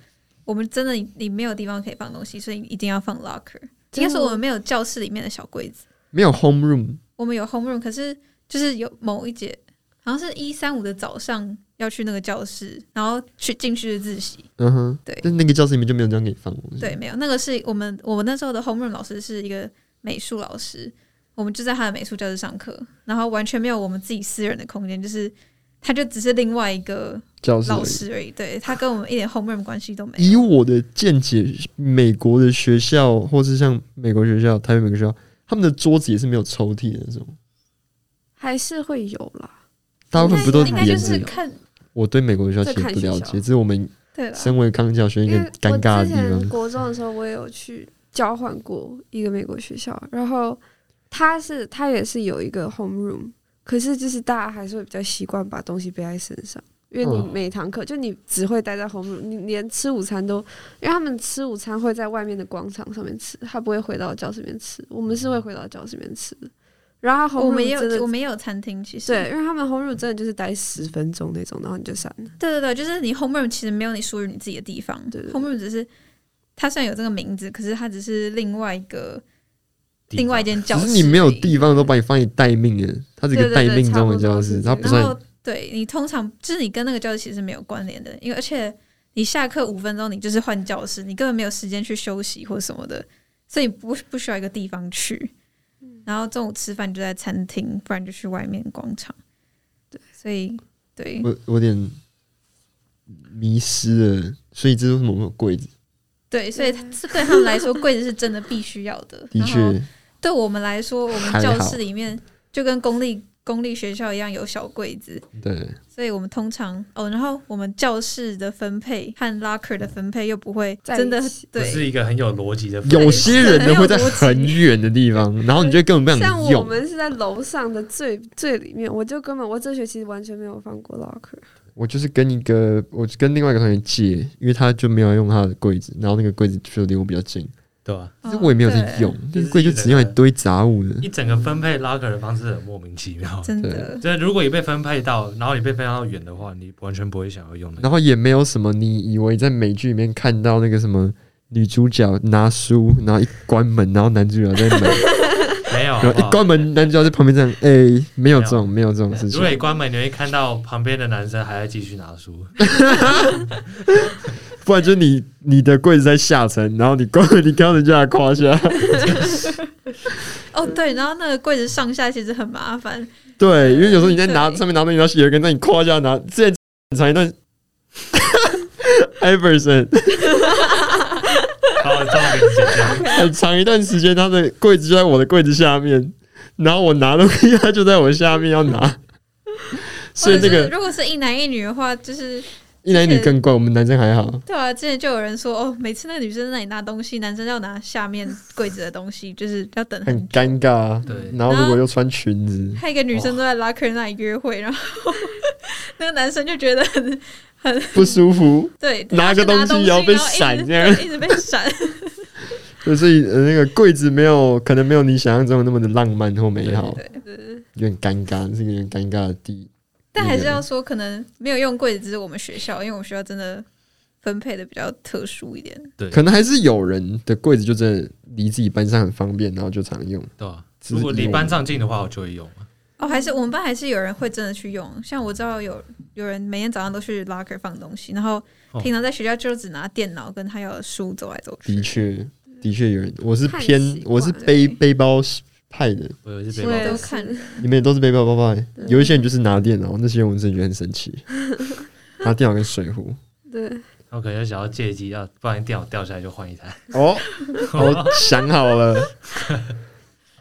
D: 我们真的你你没有地方可以放东西，所以一定要放 locker。应该说我们没有教室里面的小柜子，
B: 没有 home room，
D: 我们有 home room，可是就是有某一节，好像是一三五的早上要去那个教室，然后去进去的自习。
B: 嗯哼，
D: 对
B: 但是那个教室里面就没有这样给你放东西。
D: 对，没有，那个是我们我们那时候的 home room 老师是一个美术老师，我们就在他的美术教室上课，然后完全没有我们自己私人的空间，就是他就只是另外一个
B: 教室而已
D: 老师而已，对他跟我们一点 home room 关系都没
B: 以
D: 有。
B: 我的见解，美国的学校或是像美国学校、台北美国学校，他们的桌子也是没有抽屉的那种，
E: 还是会有啦，
B: 大部分不都
D: 应该就
B: 帘
D: 是
B: 子？
D: 看
B: 我对美国学校
E: 在
B: 其实
E: 看
B: 不
E: 学
B: 了
E: 校
B: 解，这是我们
D: 对了，
B: 身为康教学一
E: 因
B: 个
E: 为
B: 尴
E: 啊我
B: 尬的
E: 之
B: 地
E: 前
B: 方。
E: 国中的时候，我也有去交换过一个美国学校，然后他是他也是有一个 home room，可是就是大家还是会比较习惯把东西背在身上。因为你
B: 嗯
E: 每堂课就你只会待在 home room，你连吃午餐都，因为他们吃午餐会在外面的广场上面吃，他不会回到教室里面吃。我们是
B: 嗯
E: 会回到教室里面吃的，然后他 home
D: 哦我
E: room
D: 们也
E: 真的
D: 有我们也有餐厅，其实
E: 对，因为他们 home room 真的就是待十分钟那种，然后你就散了。
D: 对对对，就是你 home room 其实没有你属于你自己的地方
E: 对对对
D: h o m e room 只是它虽然有这个名字，可是它只是另外一个
C: 地方
D: 另外一间教
B: 只
D: 室而已，
B: 是你没有地方都把你放你待命的，它是一
E: 对
B: 个
E: 对
B: 待
E: 对
B: 命中的
E: 差不多
B: 教
E: 是
B: 室，
E: 这样
B: 它
D: 然
B: 不算
D: 后对你通常就是你跟那个教室其实没有关联的，因为而且你下课五分钟你就是换教室，你根本没有时间去休息或什么的，所以你不不需要一个地方去。然后中午吃饭就在餐厅，不然就去外面广场。对，所以对
B: 我我有点迷失了，所以这是为什么会有柜子？
D: 对，所以是对他们来说，柜子是真的必须要的。
B: 的
D: 然后
B: 确，
D: 对我们来说，我们
B: 还
D: 教
B: 好
D: 室里面就跟公立公立学校一样有小柜子，
B: 对，
D: 所以我们通常哦，然后我们教室的分配和 locker 的分配又不会
E: 在
D: 真的
E: 一起
C: 不
D: 对，
C: 是一个很有逻辑的分类。
B: 有些人呢会在
D: 没有逻辑
B: 很远的地方，然后你就会根本不
E: 像
B: 想
E: 我
B: 用。
E: 们是在楼上的最最里面，我就根本我这学期完全没有放过 locker，
B: 我就是跟一个，我跟另外一个同学借，因为他就没有用他的柜子，然后那个柜子就离我比较近，
C: 对吧？
B: 但是我也没有在用
D: 哦，
B: 那个柜就只用来堆杂物的。
C: 一整个分配 locker 的方式很莫名其妙
D: 对。
B: 嗯
D: 真的
C: 这如果你被分配到，然后你被分配到远的话，你完全不会想要用的。
B: 然后也没有什么，你以为在美剧里面看到那个什么女主角拿书，然后一关门，然后男主角在 门，
C: 没有，好
B: 然
C: 不
B: 后
C: 好
B: 一关门，男主角在旁边这样，哎、没有这种，哦没有这种事
C: 如
B: 情
C: 果。你关门，你会看到旁边的男生还在继续拿书。
B: 不然就是你你的柜子在下层，然后你关门，你刚人家来胯下，
D: 哦，对，然后那个柜子上下其实很麻烦，
B: 对，因为有时候你在拿
D: 对
B: 上面拿东西，然后有一个人在你胯下拿，之前很长一段 ，Iverson
C: 好，照片剪掉。
B: 很长一段时间，他的柜子就在我的柜子下面，然后我拿东西，他就在我下面要 拿，所以那
D: 或者是
B: 个
D: 如果是一男一女的话，就是
B: 一男一女更怪，我们男生还好，
D: 对啊，之前就有人说哦，每次那个女生在那里拿东西，男生要拿下面柜子的东西，就是要等很
B: 很
D: 久。
B: 尴尬啊。
C: 对
B: 然后如果又穿裙子，
D: 还有一个女生都在拉客人那里约会，然后 那个男生就觉得很
B: 不舒服，
D: 对，
B: 拿个
D: 他去
B: 东西
D: 西
B: 也要被
D: 然后一直
B: 闪这样
D: 对一直被闪。
B: 所以呃那个柜子没有，可能没有你想象中的那么的浪漫或美好，
D: 对对对。
B: 有点尴尬，这个有点尴尬的地。
D: 但
B: 那
D: 还
B: 个
D: 是
C: 嗯
D: 要说，可能没有用柜子，只是我们学校，因为我们学校真的分配的比较特殊一点。
C: 对，
B: 可能还是有人的柜子就真的离自己班上很方便，然后就常用。
C: 对吧？
B: 只是
C: 如果离班上近的话，我就会用。
D: 哦，还是
E: 嗯
D: 我们班还是有人会真的去用，像我知道有有人每天早上都去 locker 放东西，然后
C: 哦
D: 平常在学校就只拿电脑跟他要的书走来走去
B: 的。确，的确有人，我是
E: 看习
B: 偏
E: 惯
B: 我是背背包派的，
C: 我有是背
E: 我
C: 包
E: 也
D: 都
E: 是
D: 看，
B: 你们也都是背包包派。
E: 对
B: 有 一些人就是拿电脑，那些人我真的觉得很神奇，拿电脑跟水壶。
E: 对，
C: 我可能就想要借机要，不然电脑掉下来就换一台。
B: 哦，我想好了。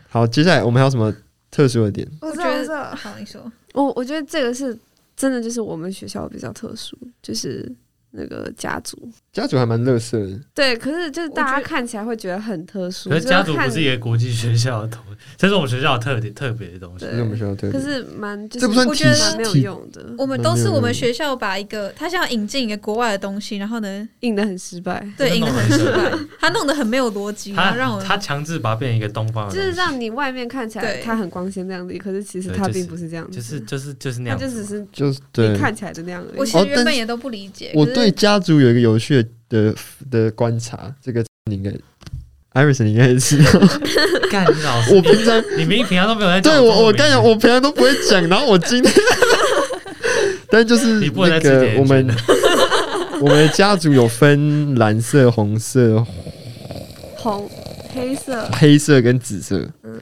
B: 好，接下来我们还有什么特殊的点？
E: 我
D: 我
E: 知
D: 觉
E: 道，我知
D: 得
E: 道，
D: 好，你说
E: 我我觉得这个是真的，就是我们学校比较特殊，就是那个家族。
B: 家族还蛮乐色的，
E: 对，可是就是大
D: 我
E: 家
D: 觉得
E: 看起来会觉得很特殊，
C: 可是家族
E: 就看
C: 不是一个国际学校的东西，这是我们学校的特点特别的东西。
B: 这是我们学校特
E: 可
B: 别。
E: 是蛮就是
B: 这不算
D: 我
B: 体
D: 觉得
E: 蛮没有
B: 体
E: 用的，
D: 我们都是我们学校把一个他想要引进一个国外的东西，然后呢，
E: 印的很失败，
D: 对
C: 真
D: 引
C: 的
D: 的很
C: 很
D: 失败
C: 失，
D: 他弄得很没有逻辑，然后让我
C: 他
D: 们
C: 他强制把它变成一个东方的
E: 就
C: 东西，
E: 是让你外面看起来
D: 对
E: 它很光鲜亮丽，可是其实
C: 对
E: 它
C: 就是
E: 并不是这样子，
C: 就是就是就是那
E: 它
C: 样
E: 就只
C: 子嘛，
E: 是
B: 就是对
E: 你，看起来的那样而已。
D: 我其
B: 哦
D: 实原
B: 但
D: 本
B: 是
D: 也都不理解。
B: 我
D: 可是
B: 对家族有一个有趣的的观察，这个你应该，Iris 你应该也知道。
C: 干你老师，
B: 我平 常
C: 你明明平常都没有在讲
B: 对
C: 中
B: 我我
C: 文名
B: 刚讲，我平常都不会讲，然后我今 天，但就是
C: 你不能
B: 那
C: 再吃
B: 个
C: 甜
B: 我们
C: 圈
B: 我们的家族有分蓝色、红色、
E: 红、黑色，
B: 黑色跟紫色。
C: 嗯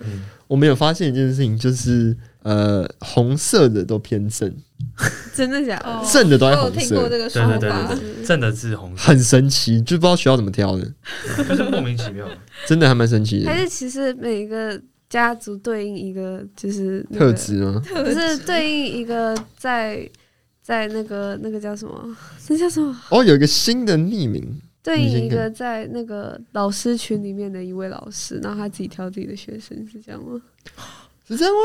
B: 我们有发现一件事情，就是呃，红色的都偏正，
E: 真的假的
D: 哦？
B: 正的都
D: 我
B: 在
D: 有
B: 红
D: 听过
B: 色，
D: 这个说
C: 对
D: 法
C: 对，对对对，正的字红色，
B: 很神奇，就不知道学校怎么挑的，
C: 就是莫名其妙。
B: 真的还蛮神奇的
E: 还。是其实每一个家族对应一个就是、那
B: 特
E: 个，
B: 质吗？
E: 不是对应一个在在那个那个叫什么？那叫什么？
B: 哦，有一个新的匿名，
E: 对
B: 你先
E: 应一
B: 看
E: 个在那个老师群里面的一位老师，然后他自己挑自己的学生，是这样吗？
B: 是这样吗？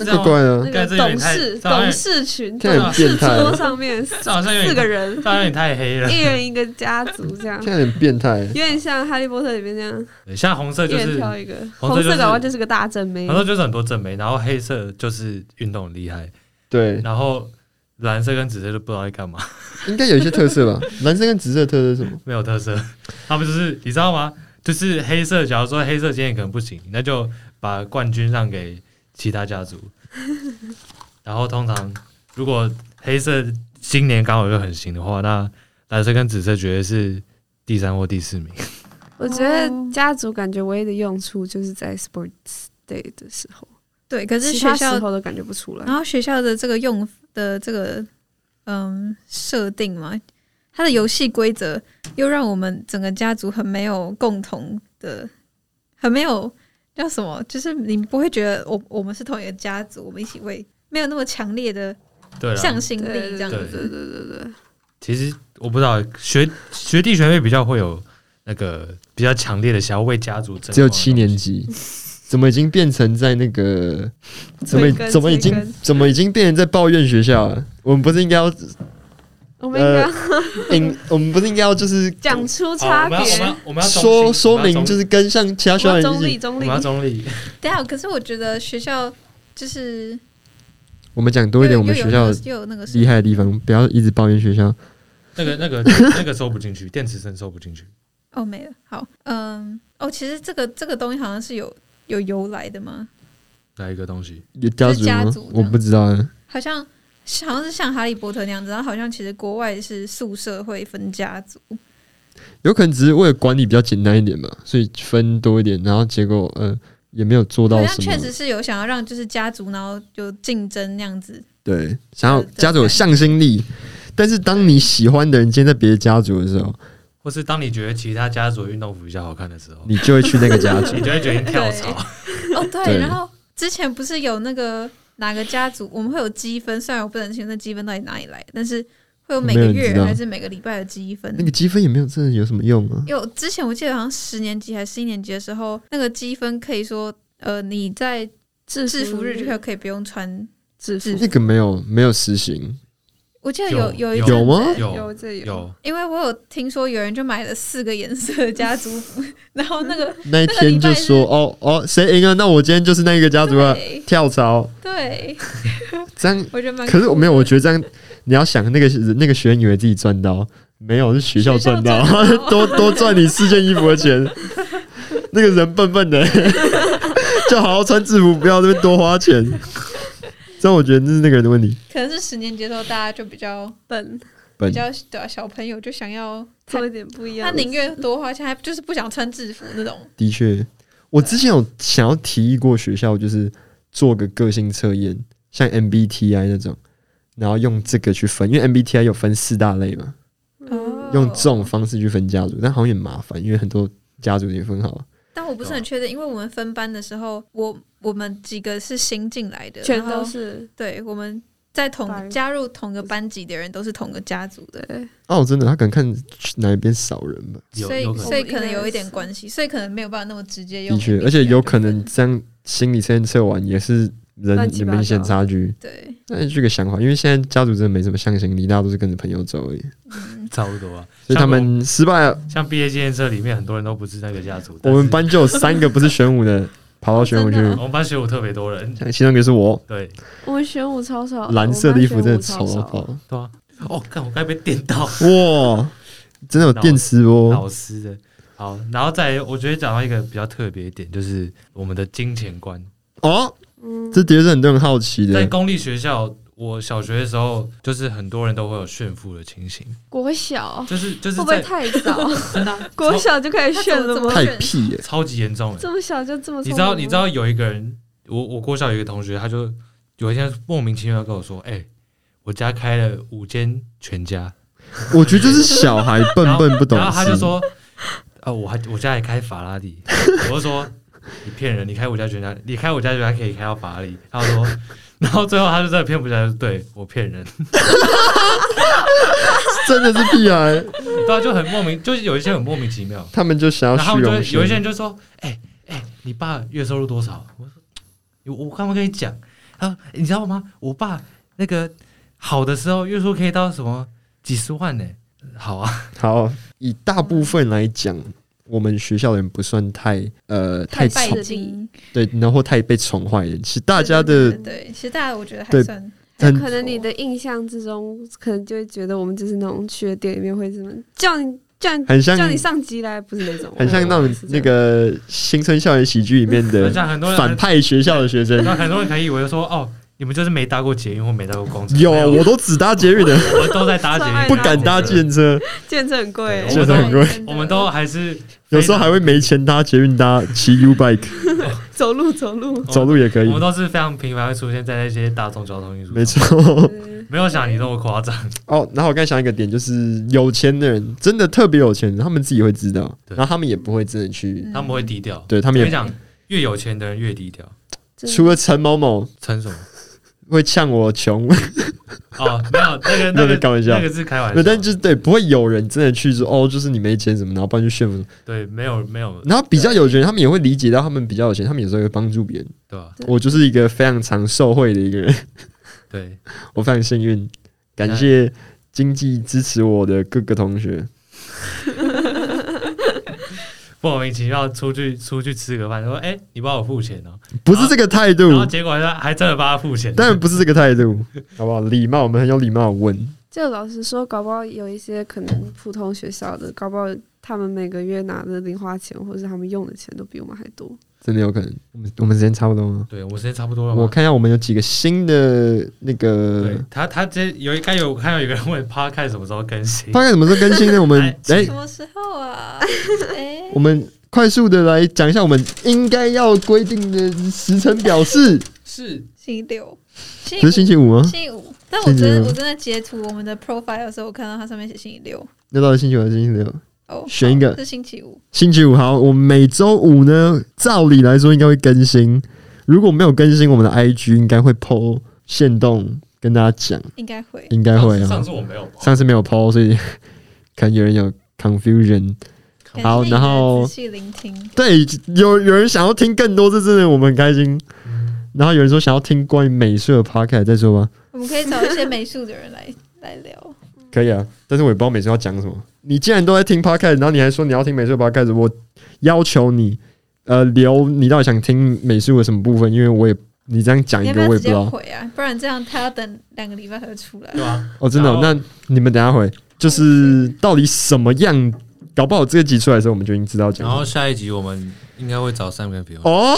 B: 那
C: 这样
B: 怪怪
C: 吗
B: 的啊
E: 那，
C: 干
E: 个
C: 这有点
E: 董
C: 太
E: 事
C: 这好像
E: 董事群
B: 这
E: 董
B: 很
E: 事
B: 变态
E: 桌上面
C: 这好像有
E: 四
C: 点
E: 个人，
C: 这好像有点太黑了。
E: 一人一个家族这样，
B: 现在有点变态
E: 有。点像《哈利波特》里面那样，
C: 对现在红色
E: 一
C: 就是
E: 人挑一个。
C: 红
E: 红
C: 色就是
E: 色搞完就是个大正妹
C: 红，色就是很多正妹，然后黑色就是运动很厉害，
B: 对，
C: 然后蓝色跟紫色就不知道在干嘛，
B: 应该有一些特色吧。蓝色跟紫色的特色是什么？
C: 没有特色。 他们就是你知道吗？就是黑色，假如说黑色今天可能不行，那就把冠军让给其他家族。然后通常如果黑色今年刚好又很行的话，那蓝色跟紫色绝对是第三或第四名。
E: 我觉得家族感觉唯一的用处就是在 Sports Day 的时候，
D: 对，可是
E: 其
D: 学
E: 他时
D: 校
E: 候都感觉不出来
D: 然。后学校的这个用的这个嗯设定嘛，它的游戏规则又让我们整个家族很没有共同的，很没有叫什么，就是你不会觉得我我们是同一个家族，我们一起为没有那么强烈的
C: 对啊
D: 向
C: 了，
D: 心
E: 对
D: 力这
E: 对
D: 样
E: 对对
D: 子。
E: 对对对，
C: 其实我不知道学学弟学妹比较会有那个比较强烈的想要为家族争光的东西，
B: 只有七年级， 怎么已经变成在那 个？怎么
E: 催更
B: 怎么已
E: 催
B: 经
E: 更
B: 怎么已经变成在抱怨学校了？我们不是应该 要
E: 我们应该
B: 应我们不是应该要就是
E: 讲出
C: 好
E: 差别，
C: 呃我们
B: 说说明，就是跟像其他学校
E: 我
B: 一
E: 中立
B: 起，
C: 我
E: 中
C: 们
E: 立
C: 要，中立，
D: 对啊，可是我觉得学校就是
B: 我们讲多一点我们学校的
D: 又有那个又有那个
B: 厉害的地方，不要一直抱怨学校。
C: 那个那 个那个收不进去，电池声收不进去。
D: 哦，没了。好，嗯，哦，其实这个这个东西好像是有有由来的嘛，
C: 哪一个东西？
B: 有家族
D: 就是家
B: 吗
D: 族？
B: 我不知道啊。
D: 好像好像是像哈利波特那样子，然后好像其实国外是宿舍会分家族，
B: 有可能只是为了管理比较简单一点吧，所以分多一点，然后结果呃也没有做到
D: 好像
B: 什么
D: 确。实是有想要让就是家族，然后就竞争那样 子。
B: 对，想要
D: 对对
B: 家族有向心力，但是当你喜欢的人今天在别的家族的时候，
C: 或是当你觉得其他家族运动服比较好看的时候，
B: 你就会去那个家族
C: 你。就会决定跳槽。
D: 哦，对，
B: 对
D: 然后之前不是有那个哪个家族，我们会有积分，虽然我不是很清楚那积分到底哪里来，但是会有每
B: 没
D: 个
B: 有人知
D: 月
B: 道
D: 还是每个礼拜的积分
B: 那。个积分也没有真的有什么用啊。
D: 因为我之前我记得好像十年级还是十一年级的时候，那个积分可以说，呃，你在
E: 制
D: 制服日就可以
E: 看
D: 可以不用穿。
E: 制服
D: 制
B: 那个没有没有实行，
D: 我记得有
C: 有
D: 一
C: 有
D: 阵子
B: 吗
D: 欸
C: 有
E: 有这有，
C: 有，
D: 因为我有听说有人就买了四个颜色的家族 服，然后那个
B: 那一天就说哦哦谁赢了，那我今天就是那个家族了，
E: 呃
D: 对
B: 跳槽
D: 对，
B: 这样。
D: 我觉得蛮
B: 可是我没有，我
D: 得
B: 觉得这样你要想那个那个学员以为自己赚到，没有是学校赚到
D: 学校赚，到
B: 多多赚你四件衣服的钱。那个人笨笨 的，就好好穿制服，不要这边多花钱。这样我觉得这是那个人的问题。
D: 可能是十年级的时候大家就比较
E: 笨，
B: 笨
D: 比较对啊，小朋友就想要
E: 做一点不一样
D: 他
E: 的事。
D: 宁愿多花钱，还就是不想穿制服那种。
B: 的确，我之前有想要提议过学校，就是做个个性测验，像 MBTI 那种，然后用这个去分，因为 MBTI 有分四大类嘛。
E: 哦
B: 用这种方式去分家族，但好像也麻烦，因为很多家族已经分好了。
D: 但我不是
C: 对
D: 很
C: 啊
D: 确定，因为我们分班的时候，我我们几个是新进来的，
E: 全
D: 然后
E: 都是
D: 对，我们在
E: 白
D: 同加入同个班级的人都是同个家族的，
E: 对，
B: 哦，真的，他可能看哪一边少人吧，
C: 有
D: 所以
C: 有可能
D: 所以可能有一点关系，所以可能没有办法那么直接
B: 的
D: 用比较
B: 确
D: 的，分。
B: 而且有可能这样心理测验测完也是人
E: 乱七
B: 也
E: 八
B: 明显
E: 糟
B: 差距。
D: 对，
B: 但是这个想法，因为现在家族真的没什么向心力，大家都是跟着朋友走而已，
D: 嗯，
C: 差不多啊。
B: 所以他
C: 像我
B: 们失败了。
C: 像毕业纪念册里面很多人都不是那个家族，
B: 我
C: 但是
B: 们班就有三个不是玄武的，跑到玄武去
D: 真的，
C: 我们班学舞特别多人，
B: 像其中一个是我，
C: 对
E: 我们玄武超少，
B: 蓝色的衣服真的丑到
E: 到
B: 爆，
C: 对啊。哦，看我该被电到，
B: 哇，真的有电磁波，
C: 老师的。好，然后再来我觉得讲到一个比较特别一点，就是我们的金钱观。
B: 哦，
E: 嗯，
B: 这的确是很多人好奇
C: 在
B: 的。
C: 公立学校，我小学的时候，就是很多人都会有炫富的情形，
E: 国小
C: 就是就
E: 会
C: 是
E: 不会
C: 在
E: 太早？
C: 真的啊
E: 国小就开始炫了
D: 他怎么
E: 吗？
B: 太屁耶、
C: 超超级严重的
E: 这。么小就这么
C: 你知道
E: 聪明吗
C: 你知道有一个人，我我国小有一个同学，他就有一天莫名其妙地跟我说：“哎、我家开了五间全家。”
B: 我觉得就是小孩笨笨不懂
C: 然后他就
B: 事。
C: 说：“啊，我还我家还开法拉利。” 我就说：“你骗人！你开我家全家，你开我家全家可以开到法拉利。”他就说， 然后最后他就真的骗不下去，对我骗人，
B: 真的是屁孩，
C: 对啊，就很莫名，就是有一些很莫名其妙。
B: 他们就想要
C: 然后他
B: 虚
C: 们就
B: 荣
C: 会
B: 心
C: 有一些人就说：“哎、哎、你爸月收入多少？”我说：“我我刚刚跟你讲，他说你知道吗？我爸那个好的时候月收可以到什么几十万呢、好啊，
B: 好，以大部分来讲，我们学校的人不算太呃太
D: 拜
B: 宠
D: 金，
B: 对，然后太被宠坏人。其实大家
D: 对
B: 的
D: 对对，对其实大家我觉得还
B: 对
D: 算
B: 很
E: 可能你的印象之中，可能就会觉得我们就是那种去的店里面会怎么叫你叫你
B: 很像
E: 叫你上机来，不是那种，
B: 很像那种那个新春校园喜剧里面的
C: 像很多人
B: 反派学校的学生。
C: 那很多人可以以为说，哦，你们就是没搭过捷运或没搭过公 车。
B: 有，啊
C: 没
B: 我都只搭捷运 的，
C: 我们都在搭捷运，
B: 不敢搭计程车，
E: 见证很贵
C: 对
B: 真的很贵
D: 真的
C: 我们都还是
B: 有时候还会没钱搭捷运搭骑 U bike，
E: 走路走路，
B: 走路也可
C: 哦我
B: 以
C: 们。都是非常频繁会出现在那些大众交通运输。
B: 没，错。
E: 对
C: 没有想你那么夸张。
B: 哦，然后我刚才想一个点，就是有钱的人真的特别有钱，他们自己会知道，
C: 对
B: 然后他们也不会真的去，
D: 嗯
C: 他们会低调，
B: 对他
C: 我
B: 们
C: 跟你
B: 也
C: 讲，越有钱的人越低调。
E: 真 的
B: 除了陈某某
C: 陈什么？
B: 会呛我穷，
C: 哦，没有，那
B: 没
C: 个那
B: 有在
C: 个
B: 开玩笑
C: 那个是开玩
B: 对
C: 笑。
B: 但就是对，不会有人真的去说哦，就是你没钱什么，然后不然就炫富什么。
C: 对，没有没有，
B: 然后比较有钱，他们也会理解到他们比较有钱，他们有时候会帮助别人。
C: 对吧？
E: 对
B: 我就是一个非常常受惠的一个人，
C: 对，
B: 我非常幸运，感谢经济支持我的各个同学。
C: 莫名其妙出去出去吃个饭，说哎，你帮我付钱哦，
B: 不是这个态
C: 然后
B: 度，
C: 结果他还真的帮他付钱。
B: 当然不是这个态度， 好不好？礼貌，我们很有礼貌地问。
E: 就老实说，搞不好有一些可能普通学校的，搞不好他们每个月拿的零花钱或者他们用的钱都比我们还多。
B: 真的有可能。我们我们时间差不多吗？
C: 对，我时间差不多了吗？
B: 我看一下，我们有几个新的那
C: 对
B: 个，
C: 他，他这有刚有看到有个人问 Podcast 什么时候更新，
B: 大概什么时候更新呢？我们
C: 哎
B: 哎、
D: 什么时候啊？哎，
B: 我们快速的来讲一下我们应该要规定的时程表示，
C: 是
D: 星期六，星
B: 不是星期五吗？
D: 星期五，但我
B: 星期
D: 真
B: 六
D: 我真的截图我们的 profile 的时候，我看到它上面写星期六。
B: 那到底星期五还是星期六？
D: 哦，
B: 选一个
D: 好是星期五，
B: 星期五好，我们每周五呢，照理来说应该会更新。如果没有更新，我们的 IG 应该会 PO 限动跟大家讲，
D: 应该会。
B: 应该会
C: 上
B: 啊
C: 次。我没有吧，
B: 上次没有 PO，所以可能有人有 confusion。
D: 感谢
B: 好
D: 你的
B: 然后
D: 仔细聆听，
B: 对，有有人想要听更多，这真的我们很开心。然后有人说想要听关于美术的 podcast，再说吧，
D: 我们可以找一些美术的 人来来聊。
B: 可以啊。但是我也不知道美术要讲什么。你既然都在听 podcast，然后你还说你要听美术的 podcast，我要求你，呃，留你到底想听美术的什么部分？因为我也你这样讲
D: 你
B: 一
D: 要不
B: 个，
D: 要
B: 我
D: 直
B: 也不知道。
D: 接回啊？不然这样他要等两个礼拜才会出来
C: 对。吧？
B: 哦，真的哦、
C: 然
B: 那你们等一下回，就是到底什么样？搞不好这个集出来的时候，我们就已经知道讲
C: 然
B: 什么。
C: 后下一集我们应该会找三个 p 友，
B: 哦，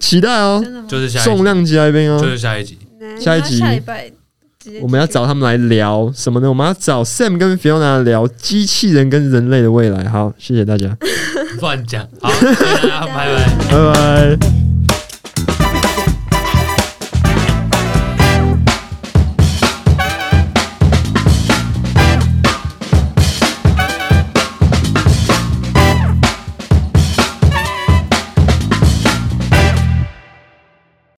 B: 期待哦，
D: 真的吗？
C: 就是下一
B: 重
C: 集，
B: 量级来宾哦，
C: 就是下一集，
B: 下一集
D: 你要下礼拜直接
B: 我们要找他们来聊什么呢？我们要找 Sam 跟 Fiona 聊机器人跟人类的未来。好，谢谢大家，
C: 乱讲，好，谢谢大家拜拜。
B: 拜拜。